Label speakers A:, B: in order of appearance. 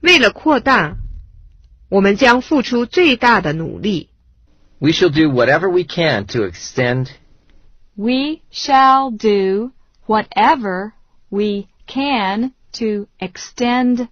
A: 为了扩大，我们将付出最大的努力。
B: We shall do whatever we can to extend
C: We shall do whatever we can to extend